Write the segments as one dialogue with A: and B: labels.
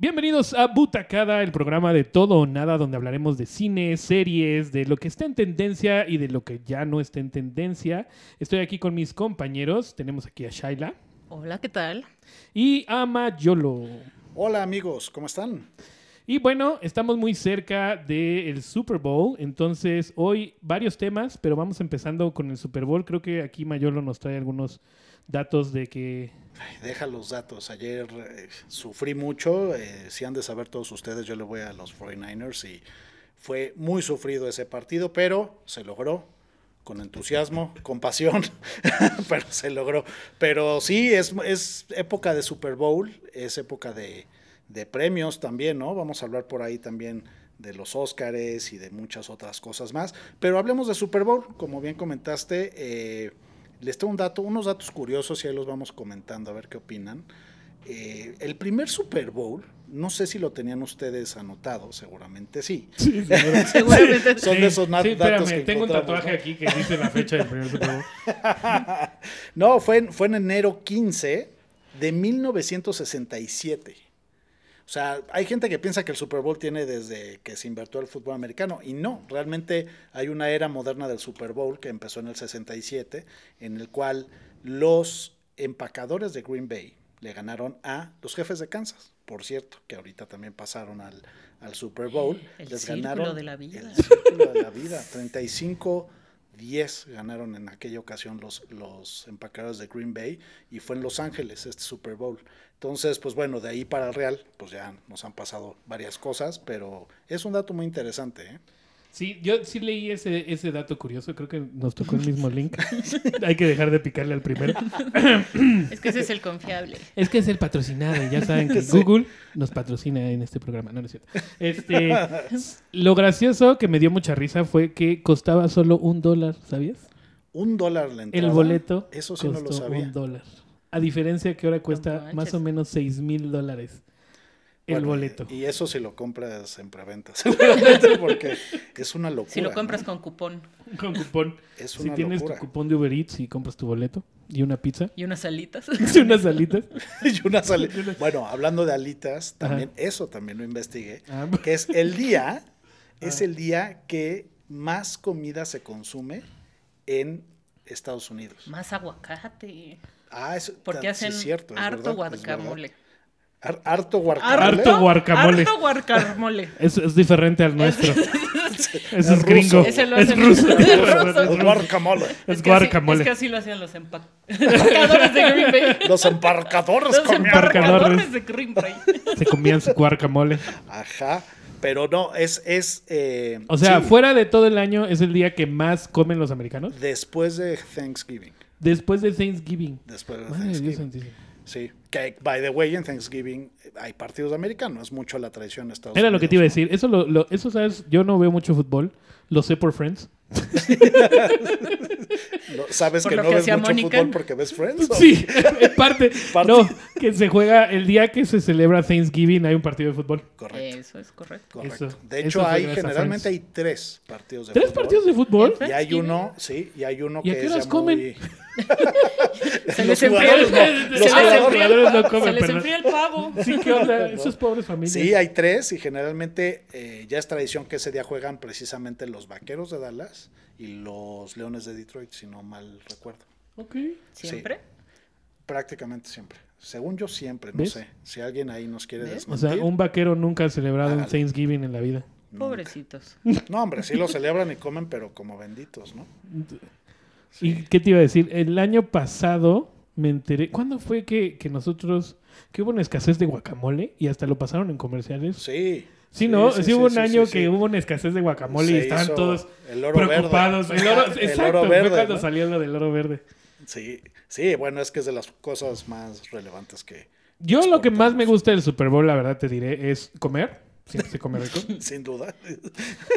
A: Bienvenidos a Butacada, el programa de todo o nada donde hablaremos de cine, series, de lo que está en tendencia y de lo que ya no está en tendencia. Estoy aquí con mis compañeros. Tenemos aquí a Shaila
B: Hola, ¿qué tal?
A: y a Mayolo.
C: Hola amigos, ¿cómo están?
A: Y bueno, estamos muy cerca del Super Bowl, entonces hoy varios temas, pero vamos empezando con el Super Bowl. Creo que aquí Mayolo nos trae algunos datos de que
C: Ay, Deja los datos. Ayer eh, sufrí mucho. eh, si han de saber todos ustedes, yo le voy a los 49ers y fue muy sufrido ese partido, pero se logró con entusiasmo, con pasión, pero se logró. Pero sí, es, es época de Super Bowl, es época de, de premios también, ¿no? Vamos a hablar por ahí también de los Óscares y de muchas otras cosas más. Pero hablemos de Super Bowl, como bien comentaste. eh, les tengo un dato, unos datos curiosos y ahí los vamos comentando a ver qué opinan. Eh, el primer Super Bowl, no sé si lo tenían ustedes anotado, seguramente sí.
A: Sí, seguro.
B: Seguramente.
C: Son de esos na-
A: sí,
C: datos
A: espérame,
C: que
A: tengo un
C: encontramos,
A: tatuaje
C: ¿no?
A: aquí que dice la fecha del primer Super Bowl.
C: No, fue en, fue en enero 15 de 1967. O sea, hay gente que piensa que el Super Bowl tiene desde que se inventó el fútbol americano y no, realmente hay una era moderna del Super Bowl que empezó en el 67, en el cual los empacadores de Green Bay le ganaron a los jefes de Kansas, por cierto, que ahorita también pasaron al, al Super Bowl.
B: El
C: les
B: círculo
C: ganaron
B: de la vida.
C: el círculo de la vida, 35 10 ganaron en aquella ocasión los, los empacadores de Green Bay y fue en Los Ángeles este Super Bowl. Entonces, pues bueno, de ahí para el Real, pues ya nos han pasado varias cosas, pero es un dato muy interesante. ¿eh?
A: Sí, yo sí leí ese, ese dato curioso, creo que nos tocó el mismo link. Hay que dejar de picarle al primero.
B: Es que ese es el confiable.
A: Es que es el patrocinado, y ya saben que Google nos patrocina en este programa, no, no es cierto. Este, lo gracioso que me dio mucha risa fue que costaba solo un dólar, ¿sabías?
C: Un dólar la entrada.
A: El boleto
C: Eso sí no
A: costó
C: lo sabía.
A: un dólar. A diferencia que ahora cuesta
B: manches.
A: más o menos seis mil dólares el
C: Bueno,
A: boleto.
C: Y eso si lo compras en preventa, seguramente, porque es una locura.
B: Si lo compras
C: ¿no?
B: con cupón
A: Con cupón.
C: Es
A: si
C: una
A: tienes
C: locura.
A: tu cupón de Uber Eats y compras tu boleto y una pizza
B: y unas alitas.
A: y unas alitas.
C: Y una sale- Bueno, hablando de alitas, también eso también lo investigué.
A: Ah,
C: que es el día, es el día que más comida se consume en Estados Unidos.
B: Más aguacate.
C: Ah, es,
B: Porque
C: tan- sí
B: hacen
C: es cierto, es
B: harto
C: verdad, es verdad.
B: guacamole.
C: Har- harto guacamole.
A: Harto guacamole.
B: Harto guacamole.
A: es, es diferente al nuestro. Eso es
C: ruso.
A: gringo.
B: Ese lo
A: Es
B: hacen-
A: ruso.
B: es ruso.
A: Es
C: El
A: ruso.
C: guacamole.
A: Es
B: que así-
A: guacamole.
B: Es que así lo hacían los empa- empacadores de Green Bay.
C: Los embarcadores
B: Los
C: comían.
B: embarcadores de Green Bay.
A: Se comían su guacamole.
C: Ajá. Pero no, es. es eh,
A: O sea,
C: sí,
A: fuera de todo el año es el día que más comen los americanos.
C: Después de Thanksgiving.
A: Después de Thanksgiving.
C: Después de
A: Madre de Dios
C: Thanksgiving.
A: santísimo.
C: Sí. Que, by the way, en Thanksgiving hay partidos americanos. Es mucho la tradición de Estados
A: Era lo que te iba a
C: Unidos.
A: decir. Eso, lo, lo- eso, ¿sabes? Yo no veo mucho fútbol. Lo sé por Friends.
C: Lo- Sabes
B: Por
C: que
B: lo
C: no
B: que
C: ves
B: hacía
C: mucho
B: Mónica.
C: fútbol porque ves Friends. ¿o?
A: Sí, en parte.
C: Parte.
A: No, que se juega el día que se celebra Thanksgiving hay un partido de fútbol.
C: Correcto.
B: Eso es correcto.
C: Correcto.
A: Eso-
C: de
A: eso
C: hecho,
A: fue
C: hay
A: gracias a
C: generalmente hay
A: Friends.
C: tres partidos de
A: ¿Tres
C: fútbol.
A: partidos de fútbol?
B: Fue-
C: Y hay
B: Friendsgiving.
C: uno, sí, y hay uno
A: ¿Y a
C: que
A: qué
C: es
A: horas
C: ya
A: comen?
C: muy-
B: Se
C: Los
B: les enfría el,
C: jugadores
B: se
C: no, los
B: les enfría el
A: jugadores no
B: pavo, se
A: comen,
B: les
A: perdón.
B: enfría el pavo.
A: Sí, ¿qué onda? Esos pobres familias.
C: Sí, hay tres y generalmente eh, ya es tradición que ese día juegan precisamente los Vaqueros de Dallas y los Leones de Detroit, si no mal recuerdo.
A: Ok.
B: Siempre.
C: Prácticamente siempre. Según yo siempre, no
A: ¿Ves?
C: sé. Si alguien ahí nos quiere
B: ¿Ves?
A: O
C: desmentir.
A: sea, un vaquero nunca ha celebrado un
C: Hágalo.
A: Thanksgiving en la vida.
C: nunca.
B: Pobrecitos.
C: No, hombre, sí lo celebran y comen, pero como benditos, ¿no?
A: ¿Y qué te iba a decir? El año pasado me enteré. ¿Cuándo fue que, que nosotros. que hubo una escasez de guacamole y hasta lo pasaron en comerciales? Sí,
C: Sí.
A: ¿no? Sí, hubo un
C: sí,
A: año
C: sí,
A: que
C: sí.
A: hubo una escasez de guacamole y
C: Se
A: estaban
C: hizo
A: todos.
C: el oro verde.
A: preocupados. El oro,
C: El oro
A: exacto, fue
C: verde,
A: cuando
C: ¿no?
A: salió lo del oro verde.
C: Sí, sí, bueno, es que es de las cosas más relevantes que,
A: Yo lo que más
C: Exportamos.
A: me gusta del Super Bowl, la verdad te diré, es comer. Siempre se come rico.
C: sin duda,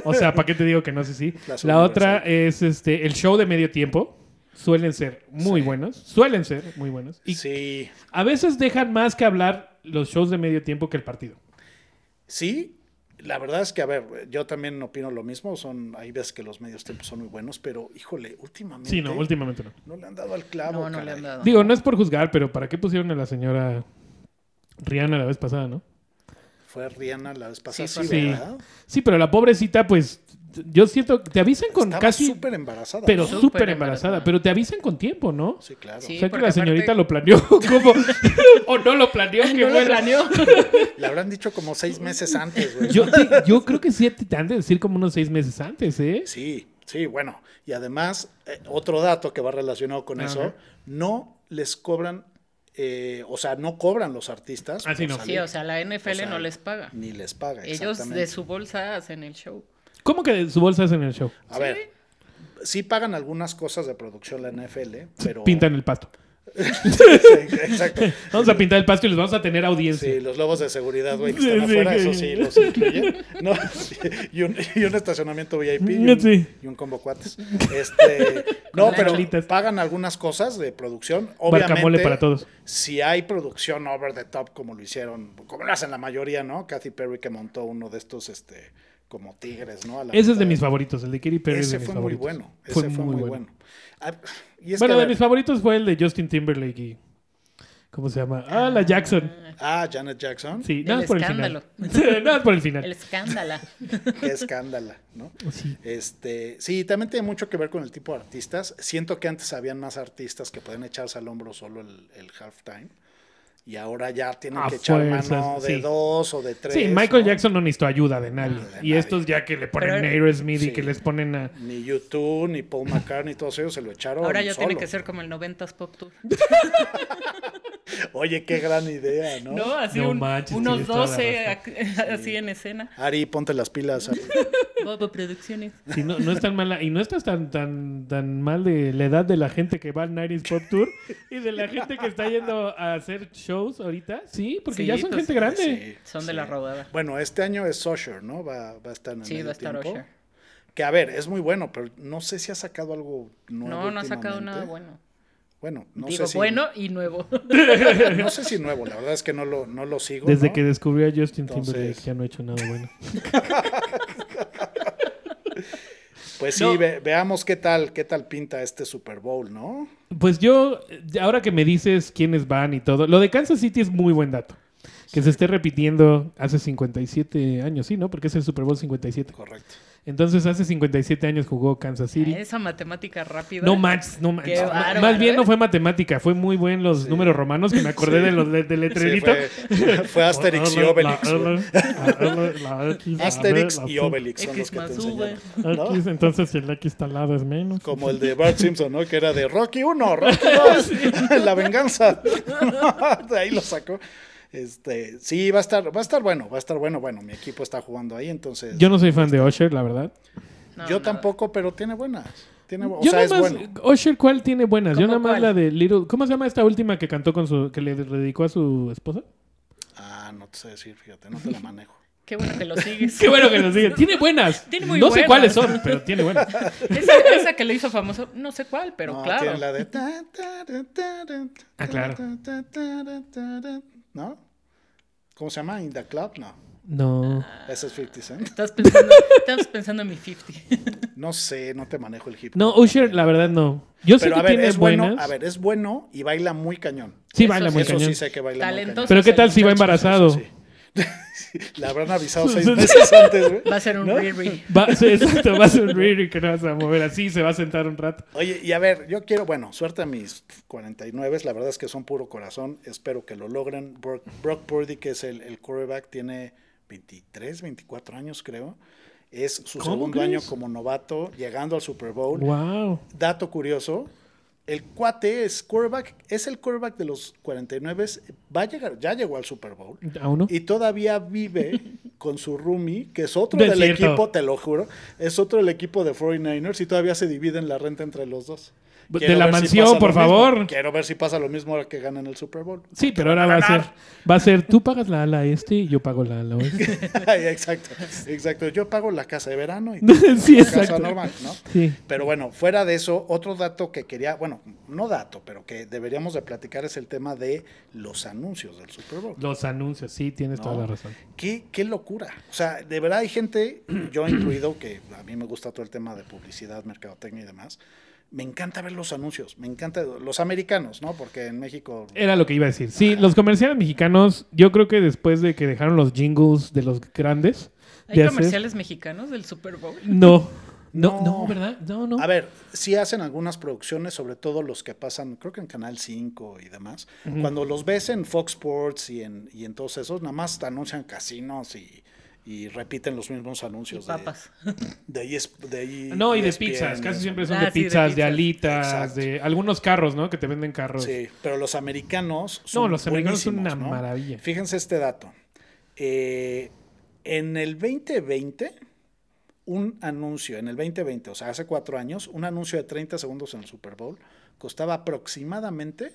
A: O sea, ¿para qué te digo que no sé si?
C: La
A: La,
C: segunda
A: otra
C: versión.
A: es este el show de medio tiempo. Suelen ser muy buenos. Suelen ser muy buenos. Y
C: sí,
A: a veces dejan más que hablar los shows de medio tiempo que el partido.
C: sí, la verdad es que, a ver, yo también opino lo mismo, son, hay veces que los medios tiempos son muy buenos, pero, híjole, últimamente
A: Sí, no, últimamente no.
C: no le han dado al clavo,
B: No, no le
C: caray.
B: han dado.
A: Digo, no es por juzgar, pero ¿para qué pusieron a la señora Rihanna la vez pasada, no?
C: Fue Rihanna la vez pasada,
B: Sí, fue
C: sí,
A: Rihanna.
C: ¿verdad?
A: Sí, pero la pobrecita, pues, yo siento, que te avisan con
C: Estaba
A: casi,
C: súper embarazada.
A: pero
C: ¿no?
B: Súper
A: súper embarazada,
B: embarazada.
A: pero te avisan con tiempo, ¿no?
C: Sí, claro.
A: O
B: Sí.
A: sea que
B: porque
A: la
B: aparte-
A: señorita lo planeó como, o no lo planeó, que bueno.
C: Le habrán dicho como seis meses antes, güey.
A: Yo, te- yo creo que sí te han de decir como unos seis meses antes, ¿eh?
C: Sí, sí, bueno. Y además, eh, otro dato que va relacionado con eso,
A: Ajá.
C: no les cobran, eh, o sea, no cobran los artistas.
A: Ah, sí,
C: por
A: no.
C: salir,
B: Sí, o sea, la NFL
C: O sea,
B: no les paga.
C: Ni les paga,
B: Ellos
C: exactamente.
B: de su bolsa hacen el show.
A: ¿Cómo que su bolsa es en el show?
C: A ver, sí pagan algunas cosas de producción la NFL, pero...
A: Pintan el pasto.
C: Sí, exacto.
A: Vamos a pintar el pasto y les vamos a tener audiencia.
C: Sí, los lobos de seguridad, güey, que
A: Sí,
C: están
A: sí,
C: afuera,
A: que-
C: eso sí, los incluyen. No, sí, y, un, y un estacionamiento VIP y un,
A: Sí.
C: y un combo cuates. Este, no,
B: las
C: pero
A: chelitas.
C: pagan algunas cosas de producción. Obviamente,
A: Barcamole para todos.
C: si hay producción over the top, como lo hicieron, como lo hacen la mayoría, ¿no? Katy Perry que montó uno de estos, este, como tigres, ¿no? A la
A: Ese es
C: mitad
A: de mis favoritos, el de Katy Perry. es
C: Ese
A: de mis
C: fue
A: favoritos.
C: muy bueno. Ese fue, muy bueno. Ah, y es
A: Bueno, de
C: que, a ver,
A: mis favoritos fue el de Justin Timberlake y... ¿Cómo se llama? Ah, la Jackson.
C: Ah, Janet Jackson.
A: Sí,
B: Del
A: nada más por el final.
B: escándalo.
A: Nada más por el
B: El
A: final.
B: escándalo.
C: Qué escándala, ¿no?
A: Sí.
C: Este, sí, también tiene mucho que ver con el tipo de artistas. Siento que antes habían más artistas que podían echarse al hombro solo el, el halftime. Y ahora ya tienen
A: A
C: que echar
A: fuerzas,
C: mano de
A: Ah, pues, sí.
C: dos o de tres.
A: Sí, Michael
C: ¿no?
A: Jackson no necesitó ayuda de nadie.
C: No, de
A: y
C: nadie.
A: estos ya que le ponen
B: Pero-
A: Aerosmith y
C: Sí.
A: que les ponen a...
C: Ni YouTube, ni Paul McCartney, todos ellos se lo echaron.
B: Ahora ya tiene
C: solo.
B: que ser como el 90s Pop Tour.
C: Oye, qué gran idea, ¿no?
B: No, así
A: No
B: un-
A: manches,
B: unos
A: tienes toda la
B: 12 ac- así en escena.
C: Ari, ponte las pilas. Ari.
B: Bobo Producciones.
A: Sí, no, no es tan mala. Y no estás tan, tan, tan mal de la edad de la gente que va al 90s Pop Tour y de la gente que está yendo a hacer shows ahorita. Sí, porque
B: Sí,
A: ya son
B: pues,
A: gente grande.
C: Sí,
B: Son
C: sí.
B: de la robada.
C: Bueno, este año es Usher, ¿no? Va, va a estar en el
B: Sí, va a estar
C: tiempo.
B: Usher.
C: Que a ver, es muy bueno, pero no sé si ha sacado algo nuevo.
B: No, no ha sacado
C: últimamente.
B: nada bueno.
C: Bueno, no
B: Digo,
C: sé si,
B: bueno y nuevo.
C: no sé si nuevo, la verdad es que no lo, no lo sigo.
A: Desde
C: ¿no?
A: que descubrió a Justin Timberlake
C: Entonces-
A: ya no ha hecho nada bueno.
C: Pues sí,
A: No.
C: ve- veamos qué tal, qué tal pinta este Super Bowl, ¿no?
A: Pues yo, eh, ahora que me dices quiénes van y todo, lo de Kansas City es muy buen dato. Que se esté repitiendo hace 57 años, sí, ¿no? Porque es el Super Bowl 57.
C: Correcto.
A: Entonces, hace 57 años jugó Kansas City.
B: Esa matemática rápida.
A: No manches, no manches.
B: Qué
A: Ma-
B: bárbaro,
A: Más bien
B: ¿eh?
A: no fue matemática, fue muy buen los números romanos que me acordé de los de, del
C: Sí,
A: letrerito.
C: fue, fue Asterix y
A: La-
C: Obelix.
A: la- oh,
C: güey.
A: la- la- la- la- la-
C: Asterix
A: la-
C: y Obelix son
B: X
C: los que te
B: más V.
C: enseñaron.
A: X, entonces el X talado es menos.
C: Como el de Bart Simpson, ¿no? Que era de Rocky 1, Rocky 2, La Venganza. de ahí lo sacó. Este, sí, va a estar, va a estar bueno, va a estar bueno. Bueno, mi equipo está jugando ahí, entonces.
A: Yo no soy fan de Usher, la verdad.
B: No,
C: Yo
B: nada.
C: tampoco, pero tiene buenas. Tiene, bu- o
A: Yo nada
C: sea, es
A: más,
C: bueno.
A: Usher, ¿cuál tiene buenas? Yo
B: ¿Cómo
A: nada más
B: cuál?
A: la de Little. ¿Cómo se llama esta última que cantó con su. que le dedicó a su esposa?
C: Ah, no te sé decir, fíjate, no te la manejo.
B: Qué bueno que lo sigues.
A: Qué bueno que nos digan. Tiene buenas.
B: Tiene muy
A: no sé
B: buenas.
A: cuáles son, pero tiene buenas.
B: Esa, esa que le hizo famoso, no sé cuál, pero
C: no,
B: claro.
C: tiene la de ta, ta, ra, ta, ra, ta,
A: Ah, claro.
C: ta, ta, ta, ra, ta, ra. ¿No? ¿Cómo se llama? In the club, no.
A: No.
C: Ese es 50 Cent.
B: Estás pensando, estás pensando en mi 50.
C: No sé, no te manejo el hip.
A: No,
C: hop.
A: Usher, la verdad no. Yo sé
C: Pero a
A: que
C: ver,
A: tiene
C: es
A: buenas.
C: bueno, a ver, es bueno y baila muy cañón.
A: sí,
B: Eso
A: baila
B: sí.
A: muy
C: Eso
A: cañón.
C: sí sé que baila
B: Talentoso.
A: Pero ¿qué tal si va
B: Muchachos,
A: embarazado?
C: muy cañón. Sí. Le habrán avisado seis meses antes, güey.
B: Va a ser un
C: ¿No?
B: re-re.
A: Va, sí, exacto, va a ser y que no vas a mover así, se va a sentar un rato.
C: Oye, y a ver, yo quiero, bueno, suerte a mis 49, la verdad es que son puro corazón, espero que lo logren. Brock, Brock Purdy, que es el, el quarterback, tiene 23, 24 años creo. Es su
A: ¿Cómo
C: segundo
A: crees?
C: año como novato, llegando al Super Bowl.
A: Wow.
C: Dato curioso, el cuate es quarterback, es el quarterback de los 49, va a llegar, ya llegó al Super Bowl.
A: ¿Aún no?
C: Y todavía vive con su roomie, que es otro
A: No es
C: del
A: cierto.
C: equipo, te lo juro, es otro del equipo de 49ers y todavía se dividen la renta entre los dos.
A: De
C: Quiero
A: la
C: ver si
A: mansión,
C: pasa lo
A: por
C: mismo.
A: favor.
C: Quiero ver si pasa lo mismo ahora que ganan el Super Bowl.
A: Sí, pero ahora va a ser. Va a ser, tú pagas la ala este y yo pago la ala oeste.
C: Ay, exacto, exacto. Yo pago la casa de verano y tú
A: sí,
C: la casa
A: exacto.
C: normal, ¿no?
A: Sí.
C: Pero bueno, fuera de eso, otro dato que quería, bueno, no dato, pero que deberíamos de platicar es el tema de los anuncios del Super Bowl.
A: Los anuncios, sí, tienes
C: No.
A: toda la razón.
C: Qué, qué locura. O sea, de verdad hay gente, yo incluido, que a mí me gusta todo el tema de publicidad, mercadotecnia y demás, me encanta ver los anuncios, me encanta los americanos, ¿no? Porque en México
A: Era lo que iba a decir. Sí, los comerciales mexicanos, yo creo que después de que dejaron los jingles de los grandes.
B: ¿Hay
A: de hacer-
B: comerciales mexicanos del Super Bowl?
A: No. No, no,
C: No.
A: ¿verdad? No, no.
C: A ver, sí hacen algunas producciones, sobre todo los que pasan, creo que en Canal 5 y demás. Cuando los ves en Fox Sports y en, y en todos esos, nada más te anuncian casinos y, y repiten los mismos
B: Y
C: anuncios.
B: papas.
C: De, de, ES de E ahí-
A: no, y de
C: ESPN,
A: pizzas. Casi
C: ¿no?
A: siempre son
B: Ah,
A: de
B: sí, de
A: pizzas, de,
B: pizzas.
A: alitas,
C: Exacto.
A: de algunos carros, ¿no? Que te venden carros.
C: Sí, pero los americanos son
A: No, los americanos son una
C: buenísimos, ¿no?
A: maravilla.
C: Fíjense este dato. Eh, en el 2020, un anuncio, en el 2020, o sea, hace cuatro años, un anuncio de 30 segundos en el Super Bowl costaba aproximadamente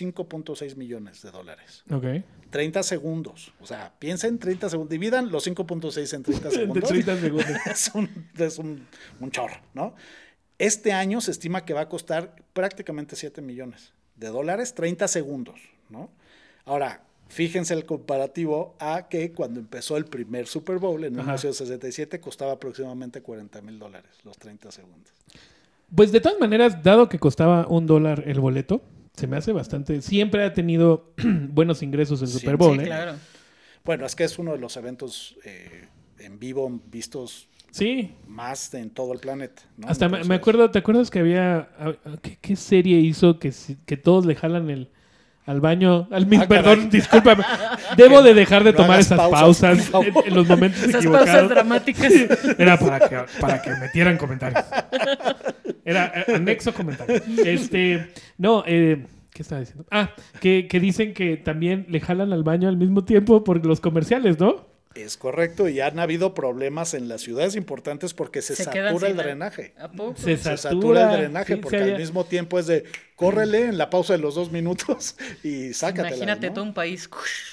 C: 5.6 millones de dólares.
A: Ok.
C: 30 segundos. O sea, piensen 30 segundos. Dividan los 5.6 en 30
A: De
C: segundos.
A: 30 segundos.
C: es un, es un, un chorro, ¿no? Este año se estima que va a costar prácticamente 7 millones de dólares, 30 segundos, ¿no? Ahora, fíjense el comparativo a que cuando empezó el primer Super Bowl en
A: Ajá.
C: 1967 costaba aproximadamente 40 mil dólares los 30 segundos.
A: Pues de todas maneras, dado que costaba un dólar el boleto, se me hace bastante. Siempre ha tenido buenos ingresos el
C: Sí,
A: Super Bowl,
B: sí,
A: ¿eh?
B: claro.
C: Bueno, es que es uno de los eventos eh, en vivo vistos
A: Sí.
C: más en todo el planeta. ¿no?
A: Hasta me- me
C: Entonces,
A: acuerdo, ¿te acuerdas que había. a- a- ¿Qué, qué serie hizo que, si- que todos le jalan el. Al baño, al mi-
C: Ah,
A: perdón,
C: caray.
A: discúlpame. Debo de dejar de
C: No
A: tomar
C: hagas
A: esas pausas,
C: pausas, por
A: en,
C: favor.
A: en los momentos
B: Esas
A: equivocados.
B: pausas dramáticas.
A: Era para que, para que metieran comentarios. Era eh, anexo comentarios. Este, no, eh, ¿qué estaba diciendo? Ah, que, que dicen que también le jalan al baño al mismo tiempo por los comerciales, ¿no?
C: Es correcto, y han habido problemas en las ciudades importantes porque se,
B: Se quedan
C: satura el
B: sin a-
C: drenaje.
B: ¿A poco?
A: Se satura,
C: se satura el drenaje
A: sí,
C: porque
A: se había-
C: al mismo tiempo es de córrele en la pausa de los dos minutos y sácatela.
B: Imagínate
C: ¿no?
B: todo un país.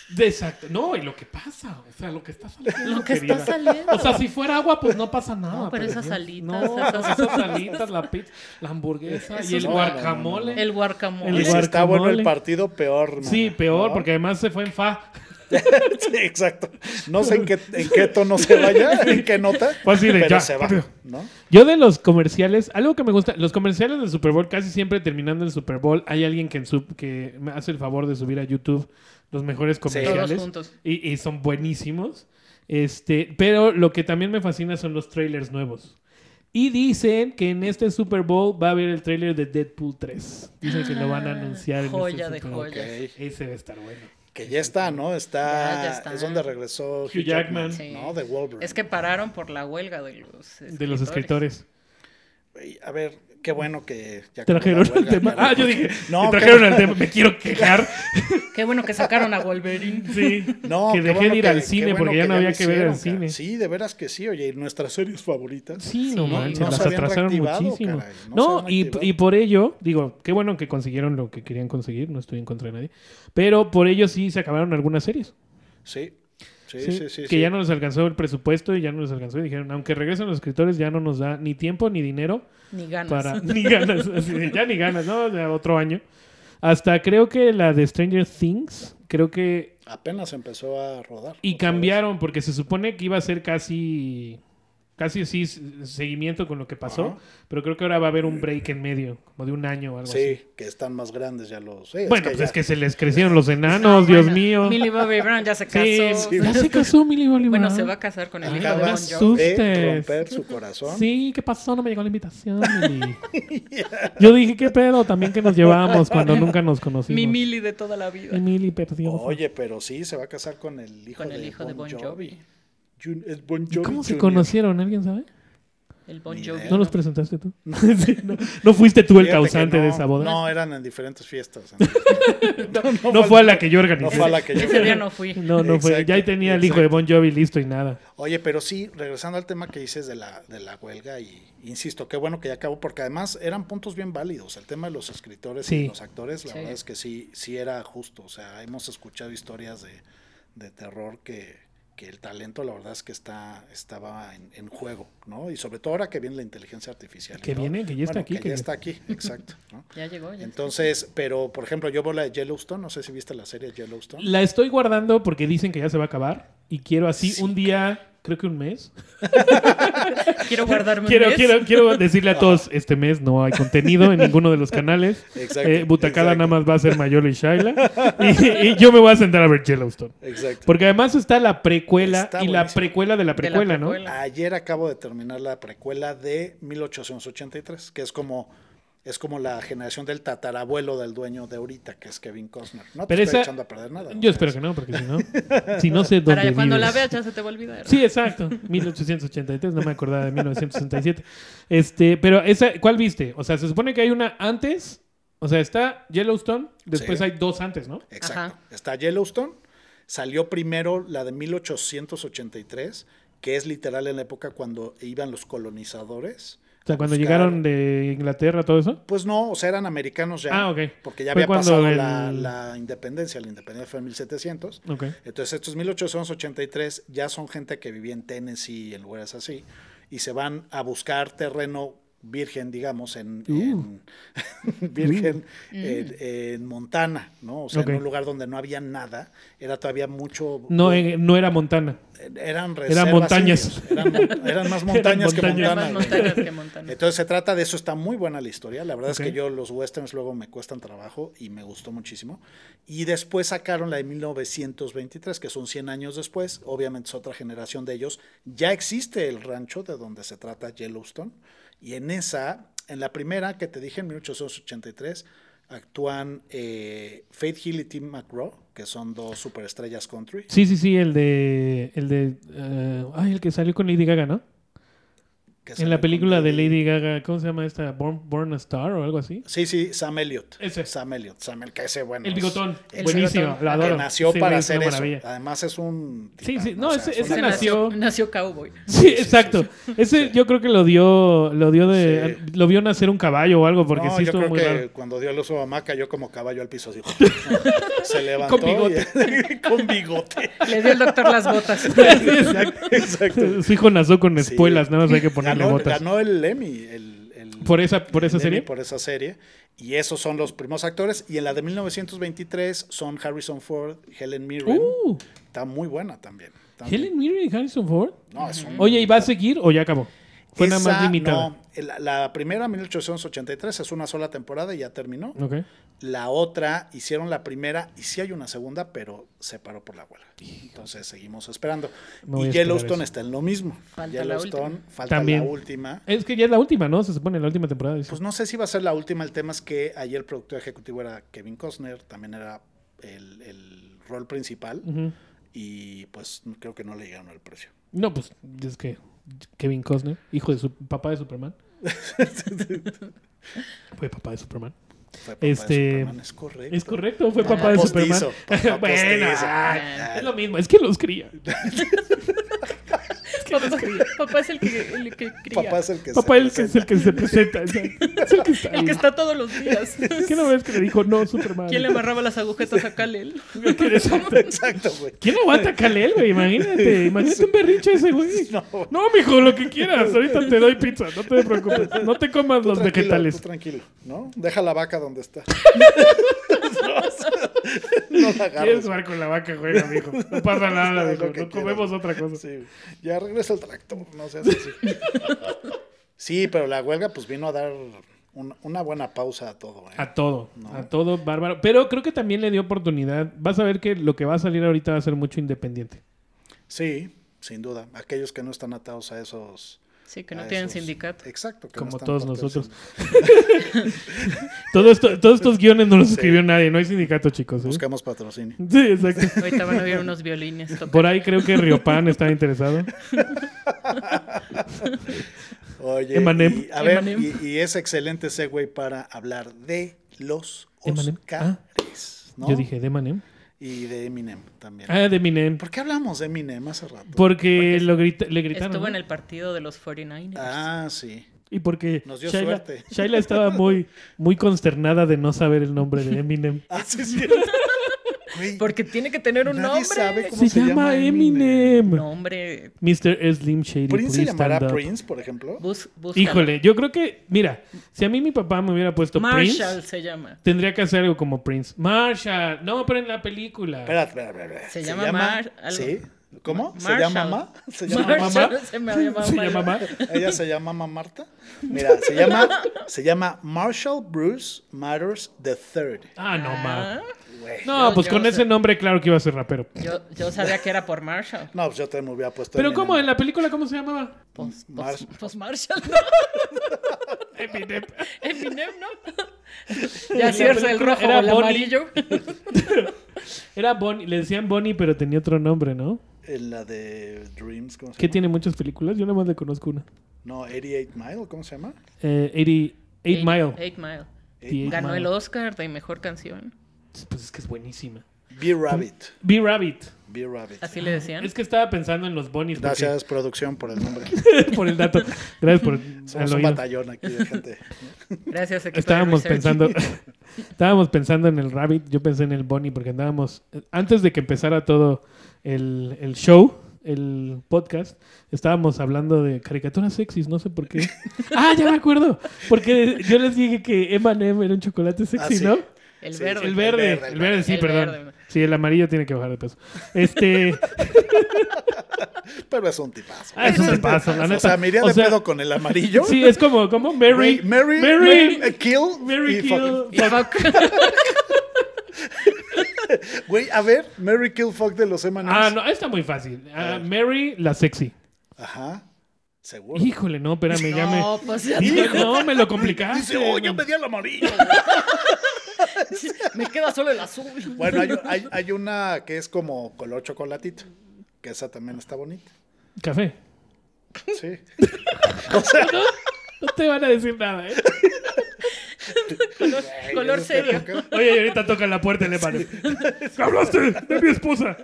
A: De- Exacto. No, y lo que pasa, o sea, lo que está saliendo.
B: Lo que está
A: querida.
B: saliendo.
A: O sea, si fuera agua, pues no pasa nada.
B: No, pero esas
A: Dios,
B: alitas,
A: No, pues
B: esas-
A: esas alitas, la pizza, la hamburguesa
B: Esos-
A: y el
C: No, no, no, no.
A: guacamole.
B: El
A: El
C: Y
B: guarcamole.
C: si está bueno
A: guacamole.
C: el partido, peor. mana,
A: Sí, peor,
C: ¿no?
A: porque además se fue en fa.
C: Sí, exacto. No sé en qué, en qué tono se vaya, en qué nota,
A: Fue así de
C: pero
A: ya,
C: se va.
A: rápido.
C: ¿no?
A: Yo de los comerciales, algo que me gusta, los comerciales del Super Bowl, casi siempre terminando el Super Bowl, hay alguien que, en sub- que me hace el favor de subir a YouTube los mejores comerciales.
B: Todos juntos.
A: Y, y son buenísimos. Este, pero lo que también me fascina son los trailers nuevos. Y dicen que en este Super Bowl va a haber el trailer de Deadpool 3. Dicen que lo van a anunciar en
B: Ah, Joya
A: este
B: de
A: Super Bowl.
B: joya.
C: Ok.
A: Ese va a estar bueno.
C: Que ya está, ¿no? Está,
B: Ya, ya está.
C: Es donde regresó Hugh,
A: Hugh Jackman.
C: Jackman,
B: Sí.
C: ¿no? De Wolverine.
B: Es que pararon por la huelga de los escritores.
A: De los escritores.
C: Y, A ver, qué bueno que ya acabó la
A: Trajeron el
C: huelga,
A: tema.
C: pero-
A: Ah, yo dije,
C: No,
A: que
C: qué
A: trajeron el tema. Me quiero quejar.
B: Qué bueno que sacaron a Wolverine.
A: Sí.
C: No,
A: que
C: qué
A: dejé
C: bueno
A: de ir
C: que-
A: al
C: qué
A: cine
C: bueno
A: porque ya no
C: lo
A: había que ver al
C: hicieron,
A: cine.
C: cara. Sí, de veras que sí, oye, y nuestras series favoritas.
A: Sí, no
B: Sí,
A: manches,
B: no
A: las
C: se habían
A: atrasaron
C: reactivado,
A: muchísimo.
C: caray, no se
A: no,
C: habían
A: y,
C: reactivado.
A: y por ello, digo, qué bueno que consiguieron lo que querían conseguir, no estoy en contra de nadie, pero por ello sí se acabaron algunas series.
C: Sí, sí,
A: ¿sí?
C: sí, sí.
A: que
C: sí.
A: ya no les alcanzó el presupuesto y ya no les alcanzó y dijeron, aunque regresen los escritores ya no nos da ni tiempo ni dinero
B: Ni ganas.
A: para ni ganas, así de, ya ni ganas, no, ya otro año. Hasta creo que la de Stranger Things, creo que
C: Apenas empezó a rodar.
A: Y
C: otra vez.
A: cambiaron porque se supone que iba a ser casi casi sí s- seguimiento con lo que pasó,
C: Ajá.
A: pero creo que ahora va a haber un break en medio, como de un año o algo así.
C: Sí, que están más grandes ya los. sí,
A: bueno, pues
C: ya-
A: es que se les crecieron los enanos, Dios
B: Ah, Bueno,
A: mío.
B: Millie Bobby Brown ya se casó.
A: Sí, ya se casó Millie Bobby
B: Bueno,
A: Brown.
B: se va a casar con el hijo de Bon
C: Acabas
A: Sus-
B: Jovi.
A: Asustes.
C: de romper su corazón.
A: Sí, ¿qué pasó? No me llegó la invitación, Millie. Yo dije, ¿qué pedo? También que nos llevábamos cuando nunca nos conocimos.
B: Mi Millie de toda la vida.
A: Y Millie perdió.
C: Oye, pero sí, se va a casar con el hijo,
B: Con
C: de,
B: el hijo
C: bon
B: de Bon Jovi.
C: Jun- es Bon
A: ¿Y
C: Jovi
A: cómo se
C: Jr..
A: conocieron? ¿Alguien sabe?
B: El Bon
C: Ni
B: Jovi.
C: idea.
A: ¿No los presentaste tú? Sí, no, no fuiste tú el
C: Eh. Fíjate que
A: causante de
C: no,
A: esa boda.
C: No, eran en diferentes fiestas. no, no
A: No
C: fal-
A: fue a la que yo organicé.
C: no fue a la que yo.
B: Ese día no fui.
A: No, no fue.
C: Exacto,
A: Ya ahí tenía el hijo de Bon Jovi listo y nada.
C: Oye, pero sí, regresando al tema que dices de la, de la huelga, y insisto, qué bueno que ya acabó, porque además eran puntos bien válidos. El tema de los escritores
A: Sí.
C: y los actores, la
B: Sí.
C: verdad es que sí, sí era justo. O sea, hemos escuchado historias de, de terror que, que el talento, la verdad es que está, estaba en, en juego, ¿no? Y sobre todo ahora que viene la inteligencia artificial. y
A: Que
C: todo.
A: viene, que ya está
C: Bueno,
A: aquí,
C: Que,
A: que-
C: ya está aquí, exacto. ¿no?
B: Ya llegó. Ya.
C: Entonces, pero por ejemplo, yo veo la de Yellowstone, no sé si viste la serie Yellowstone.
A: La estoy guardando porque dicen que ya se va a acabar. Y quiero así
C: Sí,
A: un día creo que un mes.
B: Quiero guardarme
A: Quiero,
B: un mes.
A: quiero, quiero decirle a todos, este mes no hay contenido en ninguno de los canales.
C: Exacto,
A: Eh, Butacada
C: exacto.
A: nada más va a ser Mayola y Shaila. Y, y yo me voy a sentar a ver Yellowstone.
C: Exacto.
A: Porque además está la precuela
C: Está
A: y la
C: buenísimo.
A: precuela de la
B: De la
A: precuela, ¿no?
B: precuela.
C: Ayer acabo de terminar la precuela de 1883, que es como es como la generación del tatarabuelo del dueño de ahorita, que es Kevin Costner. No te
A: Pero
C: estoy
A: esa-
C: echando a perder nada.
A: Yo espero que no, porque si no, si no sé dónde
B: Para cuando la
A: vives.
B: veas ya se te va a olvidar.
A: Sí, exacto. 1883, no me acordaba de 1967. Este, pero esa, ¿cuál viste? O sea, se supone que hay una antes. O sea, está Yellowstone, después
C: Sí.
A: hay dos antes, ¿no?
C: Exacto.
B: Ajá.
C: Está Yellowstone. Salió primero la de 1883, que es literal en la época cuando iban los colonizadores.
A: O sea,
C: a
A: cuando
C: buscar-
A: llegaron de Inglaterra, todo eso.
C: Pues no, o sea, eran americanos ya.
A: Ah, ok.
C: Porque ya
A: Fue
C: había
A: cuando
C: pasado
A: el-
C: la, la independencia. La independencia fue en 1700.
A: Ok.
C: Entonces, estos 1883 ya son gente que vivía en Tennessee y en lugares así, y se van a buscar terreno virgen, digamos, en, en- virgen en, en Montana, ¿no? O sea,
A: Ok.
C: en un lugar donde no había nada, era todavía mucho...
A: No, eh, no era Montana.
C: eran
A: eran
C: reservas
A: montañas.
C: indios, Eran, mon- eran más montañas que
A: montañas.
B: Eran
C: Montana.
B: más
C: güey.
B: montañas que montanas.
C: Entonces se trata de eso, está muy buena la historia. La verdad
A: Ok.
C: es que yo los westerns luego me cuestan trabajo y me gustó muchísimo. Y después sacaron la de 1923, que son 100 años después. Obviamente es otra generación de ellos. Ya existe el rancho de donde se trata Yellowstone. Y en esa, en la primera que te dije en 1883, actúan eh, Faith Hill y Tim McGraw, que son dos superestrellas country.
A: Sí, sí, sí, el de. El de. eh, ay, el que salió con Lady Gaga, ¿no?
C: que
A: En la
C: salen
A: película
C: con
A: de Lady Gaga, ¿cómo se llama esta? Born, Born a Star o algo así.
C: Sí, sí, Sam Elliott.
A: Ese.
C: Sam Elliott, Sam el que ese bueno.
A: El
C: es-
A: bigotón.
C: El
A: Buenísimo,
B: bigotón.
A: la adoro.
C: que nació
A: Sí, güey,
C: para
A: es una
C: hacer eso.
A: maravilla.
C: Además es un
A: Sí, sí,
C: titán,
A: no, ese-
C: es una
A: ese
C: cosa-
A: nació-
B: nació cowboy.
A: Sí, exacto. Ese yo creo que lo dio, lo dio de,
C: Sí.
A: lo vio nacer un caballo o algo porque
C: No,
A: sí
C: yo
A: estuvo
C: creo
A: muy
C: que
A: raro.
C: cuando dio el uso a Maca, yo como caballo al piso así. se levantó.
A: Con bigote.
C: y- con bigote.
B: Le dio el doctor las botas.
C: Exacto. exacto.
A: Su hijo nació con
C: Sí.
A: espuelas, nada más hay que ponerle
C: Ganó,
A: botas.
C: ganó el Emmy. El, el-
A: ¿Por esa- por
C: el
A: esa
C: Emmy
A: serie?
C: Por esa serie. Y esos son los primeros actores. Y en la de 1923 son Harrison Ford, Helen Mirren.
A: Uh,
C: Está muy buena también. también.
A: Helen Mirren y Harrison Ford.
C: No, es un-
A: Oye, ¿y va a seguir o ya acabó? Fue nada más
C: Esa,
A: limitada.
C: no, la, la primera, 1883, es una sola temporada y ya terminó.
A: Ok.
C: La otra, hicieron la primera y sí hay una segunda, pero se paró por la huelga. Entonces seguimos esperando.
A: Me voy a
C: Y
A: esperar
C: Yellowstone
A: eso.
C: está en lo mismo.
B: Falta la
C: Yellowstone, falta
A: También.
C: la última.
A: Es que ya es la última, ¿no? Se supone la última temporada. dice.
C: Pues no sé si va a ser la última. El tema es que ayer el productor ejecutivo era Kevin Costner, también era el, el rol principal
A: Ujú.
C: y pues creo que no le llegaron el precio.
A: No, pues es que Kevin Costner, hijo de su papá de Superman. Fue papá de Superman.
C: Fue papá de
A: Este,
C: Superman, es correcto.
A: Es correcto, fue
C: Papá
A: papá de
C: Ah, postizo, Ah,
A: Superman.
C: papá
A: bueno,
C: postizo.
A: ay, es lo mismo, es que los cría.
B: papá, papá es el que, el que cría.
C: Papá es el que
A: Papá
C: se
A: es el que- es
C: presenta.
A: el que se presenta. exacto. Es el que está
B: El que
A: ahí.
B: está todos los días.
A: ¿Qué no ves que le dijo no, Superman?
B: ¿Quién le amarraba las agujetas a Kalel?
A: Exacto.
C: Exacto, güey.
A: ¿Quién aguanta a Kalel, güey? Imagínate, imagínate un berrinche ese, güey.
C: No.
A: No, mijo, lo que quieras. Ahorita te doy pizza, no te preocupes. No te comas los
C: Tranquilo,
A: vegetales.
C: tú tranquilo, ¿no? Deja la vaca donde está. no la
A: ¿Quieres
C: agarres.
A: jugar con la vaca, juega, mijo. No pasa nada,
C: Haz
A: mijo.
C: lo que
A: No comemos otra cosa.
C: Sí, ya regresa el tractor, no seas así. sí, pero la huelga pues vino a dar un- una buena pausa a todo. ¿eh?
A: A todo, a todo, bárbaro. Pero creo que también le dio oportunidad. Vas a ver que lo que va a salir ahorita va a ser mucho independiente.
C: Sí, sin duda. Aquellos que no están atados a esos...
B: Sí, que no
C: a
B: tienen
C: esos-
B: sindicato.
C: Exacto. que no
A: Como
C: están
A: todos
C: parte del
A: nosotros.
C: sindicato.
A: Todo esto- todos estos guiones no los escribió nadie. No hay sindicato, chicos. ¿eh?
C: Buscamos patrocinio.
A: Sí, exacto.
B: Ahorita van a oír unos violines. tocando.
A: Por ahí creo que Riopan está interesado.
C: Oye,
A: Emanem.
C: y- a ver,
B: Emanem.
C: y, y es excelente ese güey para hablar de los
A: Emanem. Ah.
C: Oscars, ¿no?
A: Yo dije, de Manem.
C: Y de Eminem también.
A: Ah, de Minem.
C: ¿Por qué hablamos de Eminem hace rato?
A: Porque lo grita- le gritaron.
B: Estuvo en
A: ¿no?
B: el partido de los 49ers.
C: Ah, sí.
A: Y porque
C: Nos dio
A: Shaila,
C: suerte.
A: Shaila estaba muy, muy consternada de no saber el nombre de Eminem.
C: Ah, sí, sí. Güey,
B: Porque tiene que tener un
C: Nadie
B: nombre.
C: sabe cómo-
A: Se, llama Eminem.
B: Nombre.
A: Mr. Slim Shady.
C: ¿Prince se
A: please stand
C: llamará
A: up.
C: Prince, por ejemplo?
B: Bus, búscalo.
A: Híjole, yo creo que, mira, si a mí mi papá me hubiera puesto
B: Marshall
A: Prince,
B: se llama.
A: tendría que hacer algo como Prince. Marshall, no, pero en la película.
C: Espera, espera, espera. espera.
B: Se llama Mar- algo.
C: Sí. ¿Cómo? ¿Se
B: Marshall.
C: llama mamá? ¿Se llama
A: Marshall.
C: mamá?
A: mamá?
B: Se me había
A: Se llama Ma-
C: Ella se llama mamá Marta. Mira, se llama, se llama Marshall Bruce Matters the Third.
A: Ah, no, ma.
C: Güey.
A: No,
B: Yo-
A: pues
B: yo
A: con
B: sé.
A: ese nombre, claro que iba a ser rapero.
B: Yo, yo sabía que era por Marshall.
C: No, pues yo te me hubiera puesto.
A: Pero
C: Eminem.
A: ¿cómo? ¿En la película cómo se llamaba?
B: Pues, pues,
C: Marsh-
B: pues Marshall, ¿no?
A: Eminem.
B: Eminem, ¿no?
A: la
B: Ya cierra el
A: película
B: rojo
A: era
B: o el
A: Bonnie.
B: amarillo.
A: Era Bonnie, le decían Bonnie, pero tenía otro nombre, ¿no?
C: En eh, la de Dreams, ¿cómo se
A: Que
C: llama?
A: tiene muchas películas, yo nada más le conozco una.
C: No, 88 Mile, ¿cómo se llama?
A: Eh, 80 Eight Mile.
B: Eight Mile.
A: The Eight
B: Ganó
A: Mile.
B: el Oscar de mejor canción.
A: Pues es que es buenísima.
C: Be Rabbit.
A: Be Rabbit.
C: Be Rabbit.
B: Así le decían.
A: Es que estaba pensando en los Bonnies. porque-
C: Gracias, producción, por el nombre.
A: por el dato. Gracias por
C: Somos
A: al
C: un
A: oído.
C: batallón aquí de gente.
B: Gracias, equipo de
A: Estábamos
B: research.
A: pensando, estábamos pensando en el Rabbit, yo pensé en el Bonnie porque andábamos, antes de que empezara todo el, el show, el podcast, estábamos hablando de caricaturas sexys, no sé por qué. ah, ya me acuerdo, porque yo les dije que Eminem era un chocolate sexy,
C: Ah, sí.
A: ¿no?
B: El
C: Sí,
B: verde.
A: El verde, el verde, sí,
B: El
A: perdón.
B: verde.
A: Sí, el amarillo tiene que bajar de peso. Este,
C: Pero es un tipazo.
A: ah, eso te pasa, la neta.
C: O sea, me iría
A: O
C: de
A: sea,
C: pedo con el amarillo.
A: Sí, es como, como Mary,
C: Ra- Mary,
A: Mary,
C: Mary, eh, Kill.
A: Mary
C: y
A: Kill,
C: fuck.
B: Y fuck.
C: Güey, a ver, Mary Kill Fuck de los M&M's.
A: Ah, no, está muy fácil. Ah, Mary, la sexy.
C: Ajá. Seguro.
A: Híjole, no, espérame, ya me.
B: No, pues ya
A: Hijo, No, me lo complicaste.
C: Dice, oh, yo pedí el amarillo.
B: me queda solo el azul.
C: bueno, hay, hay- hay una que es como color chocolatito. Que esa también está bonita.
A: Café.
C: Sí.
A: No te van a decir nada, ¿eh?
B: Color,
C: Güey,
B: color
C: eso está
B: serio.
C: loca.
A: Oye, y ahorita toca la puerta el épano. ¡Hablaste de mi esposa!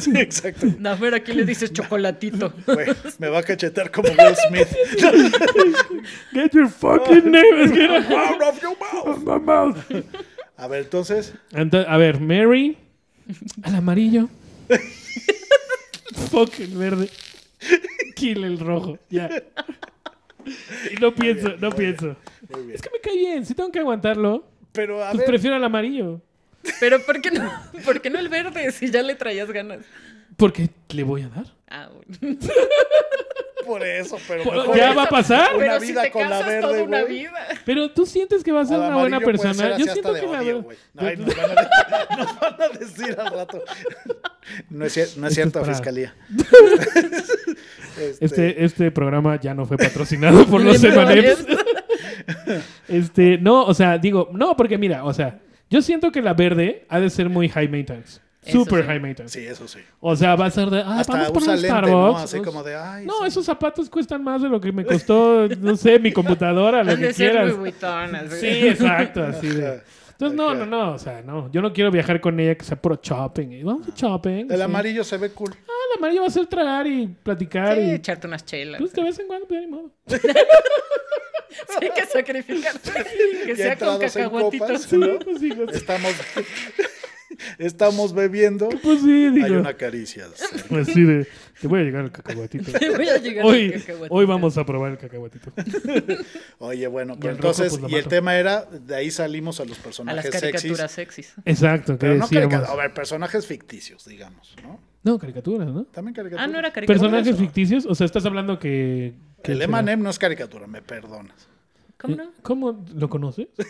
C: Sí, exacto.
B: Nafer, aquí le dices chocolatito.
C: Güey, me va a cachetar como Will Smith.
A: Get your fucking name. Es que era
C: Out of your mouth.
A: my mouth.
C: A ver, entonces,
A: Ento- a ver, Mary. Al amarillo. Fuck el verde. Kill el rojo. Ya. Y no pienso, no pienso.
C: muy bien.
A: Es que me cae bien. Si tengo que aguantarlo,
C: Pero a
A: pues
C: ver,
A: prefiero al amarillo.
B: Pero ¿por qué, no, ¿por qué no el verde si ya le traías ganas?
A: Porque le voy a dar.
B: Ah, bueno.
C: por eso, pero
A: Por-
C: mejor-
A: Pues ya va a pasar.
B: Pero
C: Una
B: si
C: vida
B: te
C: con la
B: casas
C: verde,
B: toda una
C: güey.
B: vida.
A: Pero tú sientes que vas a ser
C: Al
A: una buena
C: amarillo puede
A: persona.
C: ser así
A: Yo siento
C: hasta de
A: que la
C: odio,
A: verdad-
C: güey. Ay, nos, van a de- nos van a decir al rato. No es, cier- no es cierto,
A: es para-
C: fiscalía. Este,
A: Este, este programa ya no fue patrocinado por los
B: Pero
A: M&M's.
B: es-
A: Este, no, o sea, digo, no, porque mira, o sea, yo siento que la verde ha de ser muy high maintenance.
B: Eso
A: Super
B: sí.
A: high maintenance.
C: Sí, eso sí.
A: O sea, va a ser de, ah,
C: Hasta
A: vamos por
C: usa
A: un
C: lente, ¿no?
A: Starbucks.
C: Así
A: Pues,
C: como de, ay.
A: no,
C: sí.
A: esos zapatos cuestan más de lo que me costó, no sé, mi computadora, lo
B: Han
A: que
B: de ser Louis
A: quieras.
B: Vuitton, así.
A: Sí, exacto, así de.
C: Ajá.
A: Entonces, no, no, no, o sea, no. Yo no quiero viajar con ella que sea puro shopping. Y Vamos a shopping.
C: El
A: sí.
C: amarillo se ve cool.
A: Ah, el amarillo va a ser tragar y platicar.
B: Sí,
A: y...
B: echarte unas chelas.
A: Pues de vez en cuando, pues, ni modo.
B: Sí, hay que sacrificarse. Que sea
C: Ya
B: con
C: entrados en
B: cacahuatitos.
C: copas,
A: Sí,
C: ¿no?
A: pues sí, pues,
C: Estamos, estamos bebiendo.
A: pues sí, digo.
C: Hay una caricia.
A: Pues sí, de, te voy a llegar el cacahuatito.
B: Te voy a llegar al
A: Hoy,
B: cacahuatito.
A: hoy vamos a probar el cacahuatito.
C: Oye, bueno,
A: Y
C: pero
A: el rojo,
C: entonces,
A: pues, lo
C: y el
A: mato.
C: tema era, de ahí salimos a los
B: a las
C: personajes sexys.
B: caricaturas sexys.
A: Exacto, que
C: Pero no
A: decíamos.
C: caricaturas, a ver, personajes ficticios, digamos, ¿no?
A: No, caricaturas, ¿no?
C: También
B: Ah,
C: caricaturas.
B: no era caricatura.
A: Personajes
C: eso.
A: ficticios, o sea, estás hablando que. que Eh,
C: El Emanem no es caricatura, me perdonas.
B: ¿Cómo no?
A: ¿Cómo lo conoces?
B: El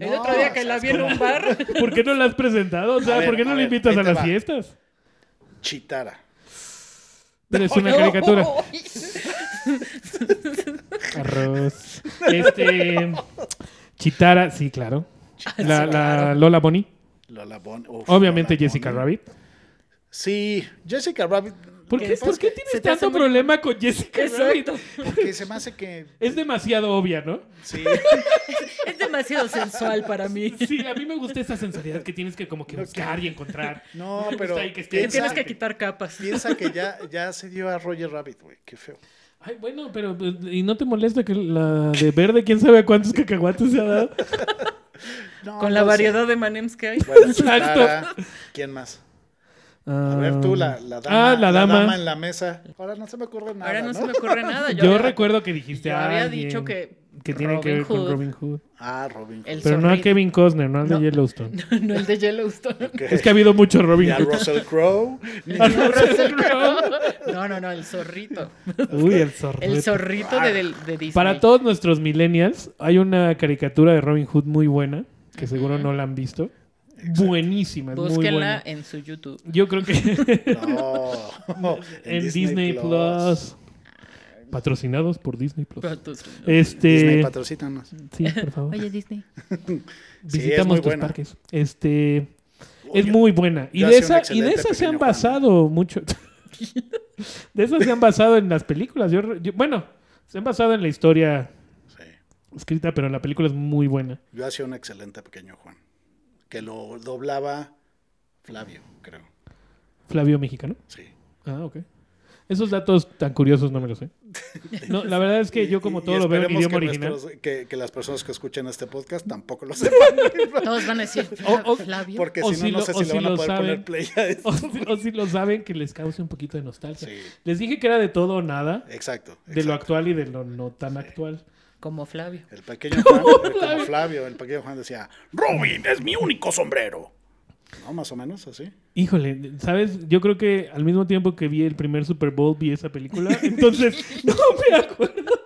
C: No,
B: otro día que
C: o sea,
B: la
C: es
B: vi en
C: como
B: un bar.
A: ¿Por qué no la has presentado? O sea,
C: A ver,
A: ¿por qué
C: a
A: no la
C: ver,
A: invitas
C: ahí
A: a
C: te
A: las
C: va.
A: fiestas?
C: Chitara.
A: Pero es una caricatura. Arroz. Este. Chitara, sí, claro.
B: Ah,
A: La, la Lola Bonnie.
C: Lola Bon- uf,
A: Obviamente
C: Lola
A: Jessica
C: Bonnie.
A: Rabbit. Pues
C: Sí, Jessica Rabbit.
A: ¿Por
B: ¿Qué
A: qué,
B: es?
A: ¿por qué
B: Se
A: tienes
B: te hace
A: tanto
B: muy-
A: problema con Jessica Rabbit?
B: Exacto.
C: Porque se me hace que.
A: Es demasiado obvia, ¿no?
C: Sí,
B: Es demasiado sensual para mí.
A: Sí, a mí me gusta esa sensualidad que tienes que como que buscar y encontrar.
C: no,
A: Me gusta
C: pero.
A: ahí que esté-
B: Que
A: Piensa-
B: tienes que quitar capas.
C: Piensa que ya, ya se dio a Roger Rabbit, güey. Qué feo.
A: Ay, bueno, pero pues, ¿y no te molesta que la de verde quién sabe a cuántos cacahuates se ha dado?
C: No,
B: Con la
C: no sé.
B: variedad de manems que hay.
C: Bueno,
A: Exacto.
C: Chitara. ¿Quién más? A ver, tú, la, la dama.
A: Ah, la dama.
C: en la mesa. Ahora no se me ocurre nada.
B: Ahora no,
C: ¿no?
B: se me ocurre nada.
A: Yo
B: había-
A: recuerdo que dijiste
B: Yo había
A: alguien.
B: dicho que
A: que tiene que
B: Robin
A: ver con
B: Hood.
A: Robin Hood.
C: Ah, Robin.
B: El-
A: Pero no a
B: zorrito.
A: Kevin Costner, no al
B: No.
A: de Yellowstone.
B: no el de Yellowstone.
C: Ok.
A: Es que ha habido mucho
C: Y
A: Robin
C: a
A: Hood.
C: Russell Crowe.
B: Russell Crowe. No, no, no, el zorrito.
A: Uy, el zorro.
B: El zorrito de, del- de Disney.
A: Para todos nuestros millennials, hay una caricatura de Robin Hood muy buena, que seguro no la han visto. Buenísima, es muy buena.
B: Búsquenla en su YouTube.
A: Yo creo que
C: No.
A: en Disney, Plus. Patrocinados por Disney Plus.
B: Pero tú-
A: Este,
C: Disney patrocínanos.
A: sí, por favor.
B: Oye, Disney.
C: es muy
A: Visitamos tus
C: buena.
A: parques. Este, es muy buena. Y
C: yo
A: de,
C: hacía un
A: esa, y de
C: excelente
A: esa se han
C: pequeño Juan.
A: basado mucho. de esas se han basado en las películas. Yo, yo- bueno, se han basado en la historia
C: Sí.
A: escrita, pero la película es muy buena.
C: Yo hacía un excelente pequeño Juan. Que lo doblaba Flavio, creo.
A: Flavio Mexicano.
C: Sí.
A: Ah, ok. Esos datos tan curiosos no me los sé. No, la verdad es que yo como
C: Y- y
A: todo lo veo en
C: esperemos
A: idioma
C: que
A: original.
C: nuestros- que, que las personas que escuchan este podcast tampoco lo sepan.
B: Todos van a decir,
C: Oh,
A: O- o-
B: Flavio.
C: Porque
A: O
C: si no,
A: si
C: no
A: lo-
C: sé
A: o
C: si le
A: si
C: van a
A: lo
C: poder
A: saben.
C: poner play a esto.
A: O, si- o si lo saben, que les cause un poquito de nostalgia.
C: Sí,
A: Les dije que era de todo o nada,
C: exacto.
A: de lo
C: exacto.
A: actual y de lo no tan actual.
B: Como Flavio.
C: El pequeño Juan, eh, como Flavio, el pequeño Juan decía, Robin es mi único sombrero. No, más o menos así.
A: Híjole, ¿sabes? Yo creo que al mismo tiempo que vi el primer Super Bowl, vi esa película. Entonces, no me acuerdo.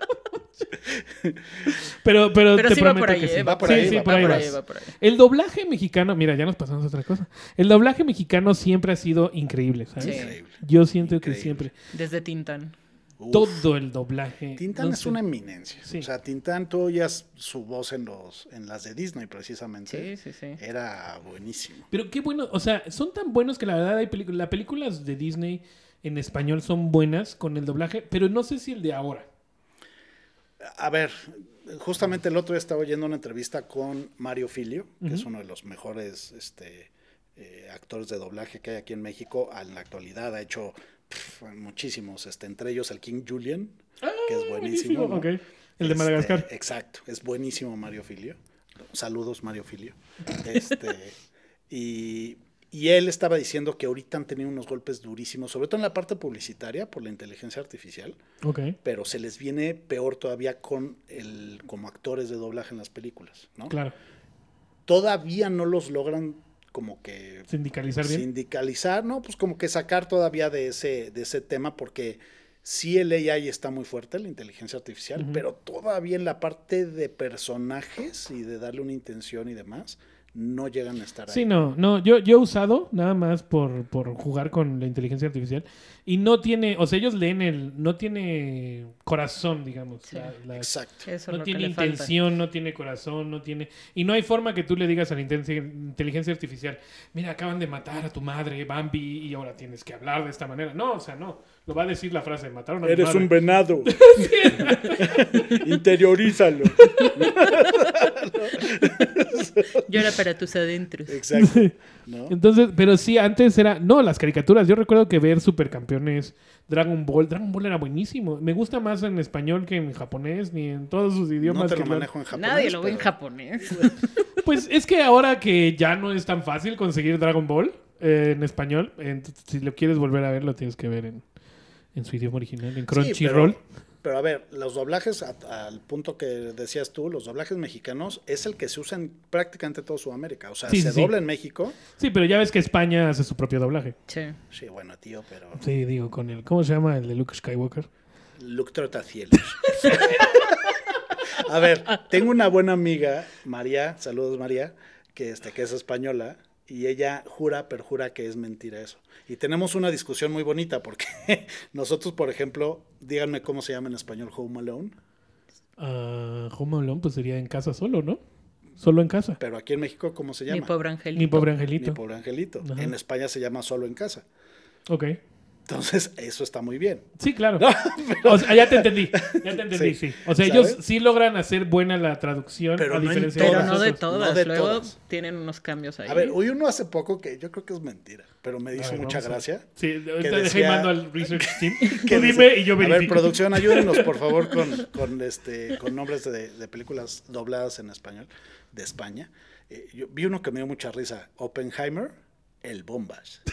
A: Pero, pero,
B: Pero
A: te
B: sí va
A: prometo
B: por ahí,
A: que sí.
B: eh,
C: Va por ahí,
A: sí, sí,
C: va
A: por ahí
B: por
A: vas.
B: ahí, va por ahí.
A: El doblaje mexicano, mira, ya nos pasamos a otra cosa. El doblaje mexicano siempre ha sido increíble, ¿sabes?
B: Sí.
C: Increíble.
A: Yo siento que
C: Increíble.
A: siempre.
B: Desde Tintán.
C: Uf.
A: Todo el doblaje.
C: Tintán
A: no
C: es
A: sé.
C: una eminencia.
A: Sí.
C: O sea, Tintán, tú oías su voz en, los, en las de Disney precisamente.
B: Sí, sí, sí.
C: Era buenísimo.
A: Pero qué bueno, o sea, son tan buenos que la verdad hay películas. Las películas de Disney en español son buenas con el doblaje, pero no sé si el de ahora.
C: A ver, justamente el otro día estaba oyendo una entrevista con Mario Filio, que es uno de los mejores este, eh, actores de doblaje que hay aquí en México. En la actualidad ha hecho pff, muchísimos, este, entre ellos el King Julian, que es buenísimo. ¿no?
A: ok. El de
C: Este,
A: Madagascar.
C: Exacto, es buenísimo Mario Filio. Saludos Mario Filio. Este, y, y él estaba diciendo que ahorita han tenido unos golpes durísimos, sobre todo en la parte publicitaria por la inteligencia artificial
A: Ok.
C: pero se les viene peor todavía con el como actores de doblaje en las películas, ¿no?
A: Claro.
C: Todavía no los logran como que
A: Sindicalizar bien.
C: sindicalizar, no, pues como que sacar todavía de ese de ese tema porque sí el AI está muy fuerte, la inteligencia artificial,
A: Ujú.
C: pero todavía en la parte de personajes y de darle una intención y demás no llegan a estar
A: Sí,
C: ahí.
A: no, no, yo, yo he usado nada más por, por jugar con la inteligencia artificial y no tiene, o sea, ellos leen el, no tiene corazón, digamos.
B: Sí.
A: la- la-
C: Exacto.
B: Eso es
A: no
B: lo
A: tiene
B: que le falta.
A: intención, no tiene corazón, no tiene... Y no hay forma que tú le digas a la inten- inteligencia artificial, mira, acaban de matar a tu madre, Bambi, y ahora tienes que hablar de esta manera. No, o sea, no. Lo va a decir la frase, mataron a mi
C: Eres
A: madre".
C: un venado. Interiorízalo.
B: Yo era para tus adentros.
C: Exacto. ¿no?
A: Entonces, pero sí, antes era. No, las caricaturas. Yo recuerdo que ver Supercampeones, Dragon Ball. Dragon Ball era buenísimo. Me gusta más en español que en japonés, ni en todos sus idiomas.
C: No te
A: que
C: lo
A: no-
C: manejo en japonés.
B: Nadie lo ve en
C: pero-
B: japonés.
A: Pues es que ahora que ya no es tan fácil conseguir Dragon Ball eh, en español, entonces, si lo quieres volver a ver, lo tienes que ver en, en su idioma original, en
C: Sí,
A: Crunchyroll.
C: pero, pero a ver, los doblajes, a- al punto que decías tú, los doblajes mexicanos es el que se usa en prácticamente toda Sudamérica. O sea,
A: Sí,
C: se
A: sí, sí.
C: dobla en México.
A: Sí, pero ya ves que España hace su propio doblaje.
B: Sí.
C: Sí, bueno, tío, pero.
A: Sí, digo, con el. ¿Cómo se llama? El de Luke Skywalker.
C: Luke Trotacielos. a ver, tengo una buena amiga, María, saludos María, que, este, que es española. Y ella jura, perjura que es mentira eso. Y tenemos una discusión muy bonita porque nosotros, por ejemplo, díganme cómo se llama en español Home Alone,
A: Ah, Home Alone, pues sería en casa solo, ¿no? Solo en casa.
C: pero aquí en México, ¿cómo se llama?
B: Mi pobre angelito.
A: Mi pobre
C: Mi
A: angelito.
C: pobre angelito.
A: Ajá.
C: En España se llama solo en casa.
A: Ok.
C: Entonces, eso está muy bien.
A: Sí, claro. O sea, ya te entendí. Ya te entendí, sí.
C: Sí.
A: O sea,
C: ¿Sabes?
A: ellos sí logran hacer buena la traducción,
C: Pero
A: a
C: no en
A: diferencia
B: Pero
A: de
B: no de
A: nosotros.
B: todas.
C: No de
B: Luego
C: todas.
B: tienen unos cambios ahí.
C: A ver, hoy uno hace poco que yo creo que es mentira, pero me
A: A
C: hizo
A: ver,
C: mucha
A: vamos a-
C: gracia.
A: Sí, ahorita
C: que
A: dejé y
C: decía-
A: mando al research team.
C: que
A: Tú
C: dice-
A: dime y yo
C: A ver,
A: verifico.
C: producción, ayúdenos, por favor, con, con, este, con nombres de, de películas dobladas en español de España. Eh, yo vi uno que me dio mucha risa. Oppenheimer, el bombas.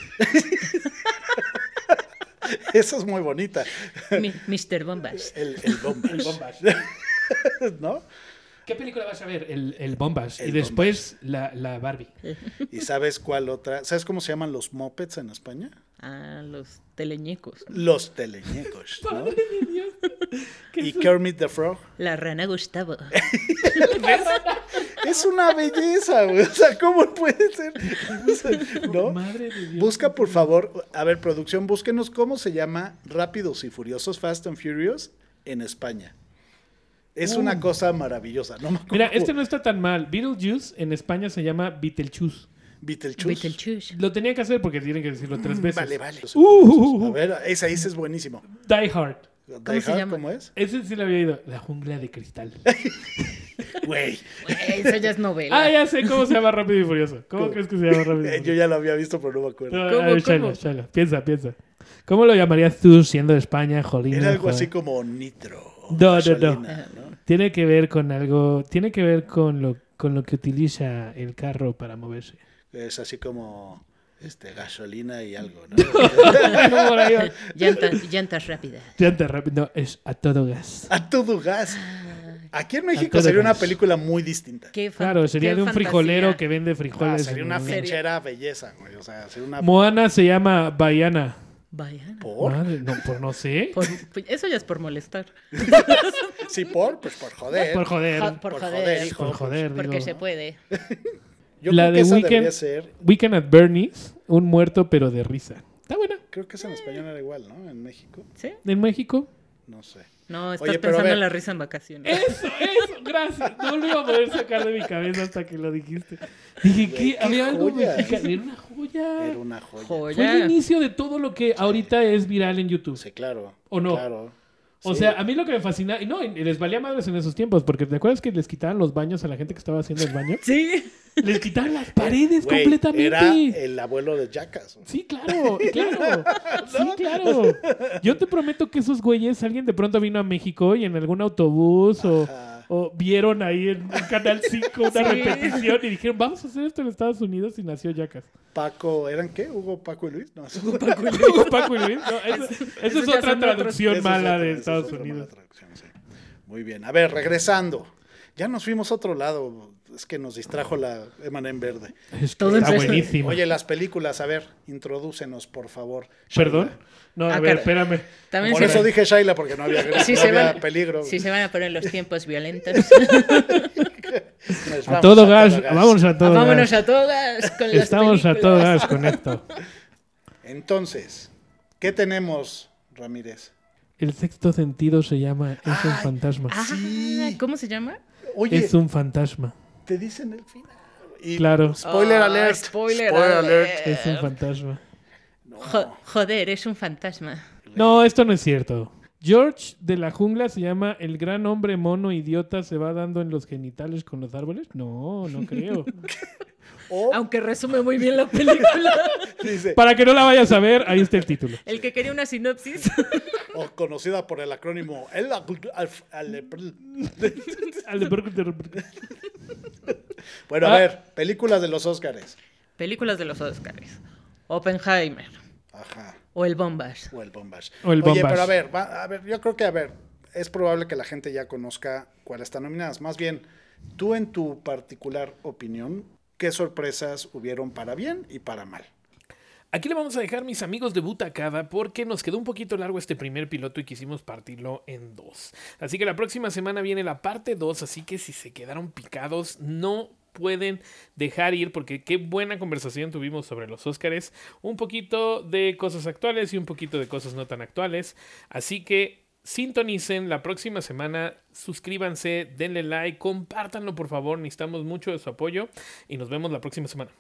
C: Esa es muy bonita.
B: Mi- Mr. Bombas.
C: El, el bombas.
A: Bombas.
C: ¿no?
A: ¿Qué película vas a ver? El, el Bombas.
C: El
A: y después la, la Barbie.
C: ¿Y sabes cuál otra? ¿Sabes cómo se llaman los mopeds en España?
B: Ah, los teleñecos.
C: Los teleñecos, ¿no? Y Kermit the Frog.
B: La rana Gustavo.
C: Es una belleza, güey. O sea, ¿cómo puede ser? O sea, ¿No?
A: Madre de Dios.
C: Busca, por favor, a ver, producción, búsquenos cómo se llama Rápidos y Furiosos, Fast and Furious, en España. Es una cosa maravillosa. No me acuerdo.
A: Uh. Mira, este no está tan mal. Beetlejuice en España se llama Beetlejuice.
C: Beetlejuice.
B: Beetlejuice.
A: Lo tenía que hacer porque tienen que decirlo tres veces.
C: Mm, Vale, vale.
A: Uh.
C: A ver, ese, ese es buenísimo.
A: Die Hard.
C: Die Hard,
B: ¿Cómo
C: ¿Cómo,
B: se llama?
C: es?
A: Ese sí le había ido. La jungla de cristal.
C: Güey,
B: Eso ya es novela.
A: ah, ya sé cómo se llama Rápido y Furioso. ¿Cómo,
C: ¿Cómo?
A: crees que se llama Rápido y
C: eh,
A: Furioso?
C: yo ya lo había visto, pero no me acuerdo.
A: No,
B: ¿Cómo,
A: a ver,
B: cómo?
A: Shaila, Shaila, Piensa, piensa. ¿Cómo lo llamarías tú siendo de España, Jolín?
C: Era algo
A: joder?
C: así como Nitro. o
A: No, no, no.
C: gasolina, ¿no?
A: Tiene que ver con algo. Tiene que ver con lo, con lo que utiliza el carro para moverse.
C: Es así como este, gasolina y algo, ¿no?
A: No, por ahí va.
B: Llanta- llantas rápidas.
A: Llanta rápido. No, es a todo gas.
C: A todo gas.
B: Ah.
C: Aquí en México
A: todo
C: sería una
A: gas.
C: película muy distinta.
B: Qué fan-
A: Claro, sería
B: qué
A: de un
B: fantasía.
A: frijolero que vende
C: Ah,
A: frijoles.
C: sería
A: en
C: una
A: un-
B: fe-
C: fechera belleza, güey. O sea, sería una
A: Moana se llama Baiana.
B: Vaya.
C: por.
A: Madre, no, por no sé. Por,
B: Por- pues, eso ya es por molestar.
C: Sí, por, pues por joder.
A: joder.
B: Ja-
A: por,
B: Ah, por
C: por
B: joder.
C: joder, hijo.
A: joder.
B: Porque
A: digo,
B: se
A: ¿no?
B: puede.
C: Yo
A: La
C: creo que
A: de
C: esa
A: Weekend-
C: debería ser.
A: Weekend at Bernie's, un muerto pero de risa. Está buena.
C: Creo que esa en español era igual, ¿no? En México.
B: ¿Sí?
A: En México.
C: No sé.
B: No, estás
C: Oye, pero a
B: pensando
C: ver.
B: en la risa en vacaciones.
A: Eso, eso, gracias. No lo iba a poder sacar de mi cabeza hasta que lo dijiste. Dije,
C: Güey,
A: ¿qué?
C: qué
A: Había algo
C: joya.
A: mexicano. Era una joya.
C: Era una joya.
A: Fue el
B: Joya.
A: inicio de todo lo que ahorita es viral en YouTube.
C: Sí, claro.
A: ¿O no?
C: Claro.
A: O
C: Sí.
A: sea, a mí lo que me fascina, y no, y les valía madres en esos tiempos, porque ¿te acuerdas que les quitaban los baños a la gente que estaba haciendo el baño?
B: Sí.
A: les quitaban las paredes
C: Güey,
A: completamente.
C: Era eh, el abuelo de Jackass.
A: Sí, claro, claro. Sí, claro. Yo te prometo que esos güeyes, alguien de pronto vino a México y en algún autobús o,
C: Ajá.
A: o vieron ahí en en Canal 5 una
B: Sí.
A: repetición y dijeron, vamos a hacer esto en Estados Unidos y nació Yacas.
C: Paco, ¿eran qué? ¿Hugo, Paco y Luis? No, eso-
A: Hugo, Paco y Luis. No, eso, eso es
B: ya
A: otra
B: son otros.
A: traducción
C: Eso es
A: mala
C: otra-
A: de
C: eso es
A: Estados
C: otra mala
A: Unidos.
C: traducción, sí. Muy bien. A ver, regresando. Ya nos fuimos a otro lado. Es que nos distrajo la Eman en verde.
A: Es que
B: Todo
A: está
B: empezó-
A: buenísimo.
C: Oye, las películas, a ver, introdúcenos, por favor.
A: ¿Perdón? No, a
B: Ah,
A: ver,
B: caray.
A: espérame.
B: También
C: Por
B: se,
C: eso dije Shaila, porque no había,
B: Sí,
C: no
B: se
C: había
B: van-
C: peligro.
B: si se van a poner los tiempos violentos.
C: Nos
A: A
C: vamos
A: todo gas,
C: gas.
A: vámonos a todo
B: Vámonos
A: gas.
B: a todas con las
A: Estamos a todo
B: películas.
A: gas con esto.
C: Entonces, ¿qué tenemos, Ramírez?
A: El sexto sentido se llama Es un
C: Ay,
A: fantasma.
B: Ah,
C: Sí.
B: ¿Cómo se llama?
C: Oye,
A: Es un fantasma.
C: te dicen el final. Y-
A: Claro.
C: Spoiler
B: Ah,
C: alert.
B: spoiler alert.
A: Es un fantasma.
C: No.
B: Jo- joder, es un fantasma.
A: No, esto no es cierto. George de la jungla se llama el gran hombre mono idiota se va dando en los genitales con los árboles. No, no creo. Oh.
C: O
B: Aunque resume muy bien la película.
C: dice,
A: Para que no la vayas a ver, ahí está el título.
B: El que quería una sinopsis.
C: o conocida por el acrónimo el- al- al- Bueno, a
A: Ah.
C: ver, películas de los Óscares.
B: Películas de los Oscars. Oppenheimer.
C: Ajá,
B: O el Bombas.
C: o el Bombas.
A: O el
C: Oye,
A: Bombas.
C: pero a ver, va- a ver, yo creo que, a ver, es probable que la gente ya conozca cuáles están nominadas. Más bien, tú en tu particular opinión, ¿qué sorpresas hubieron para bien y para mal?
A: Aquí le vamos a dejar mis amigos de Butacada porque nos quedó un poquito largo este primer piloto y quisimos partirlo en dos. Así que la próxima semana viene la parte 2, así que si se quedaron picados no pueden dejar ir porque qué buena conversación tuvimos sobre los Óscares, un poquito de cosas actuales y un poquito de cosas no tan actuales, así que sintonicen la próxima semana, suscríbanse, denle like, compártanlo por favor, necesitamos mucho de su apoyo y nos vemos la próxima semana.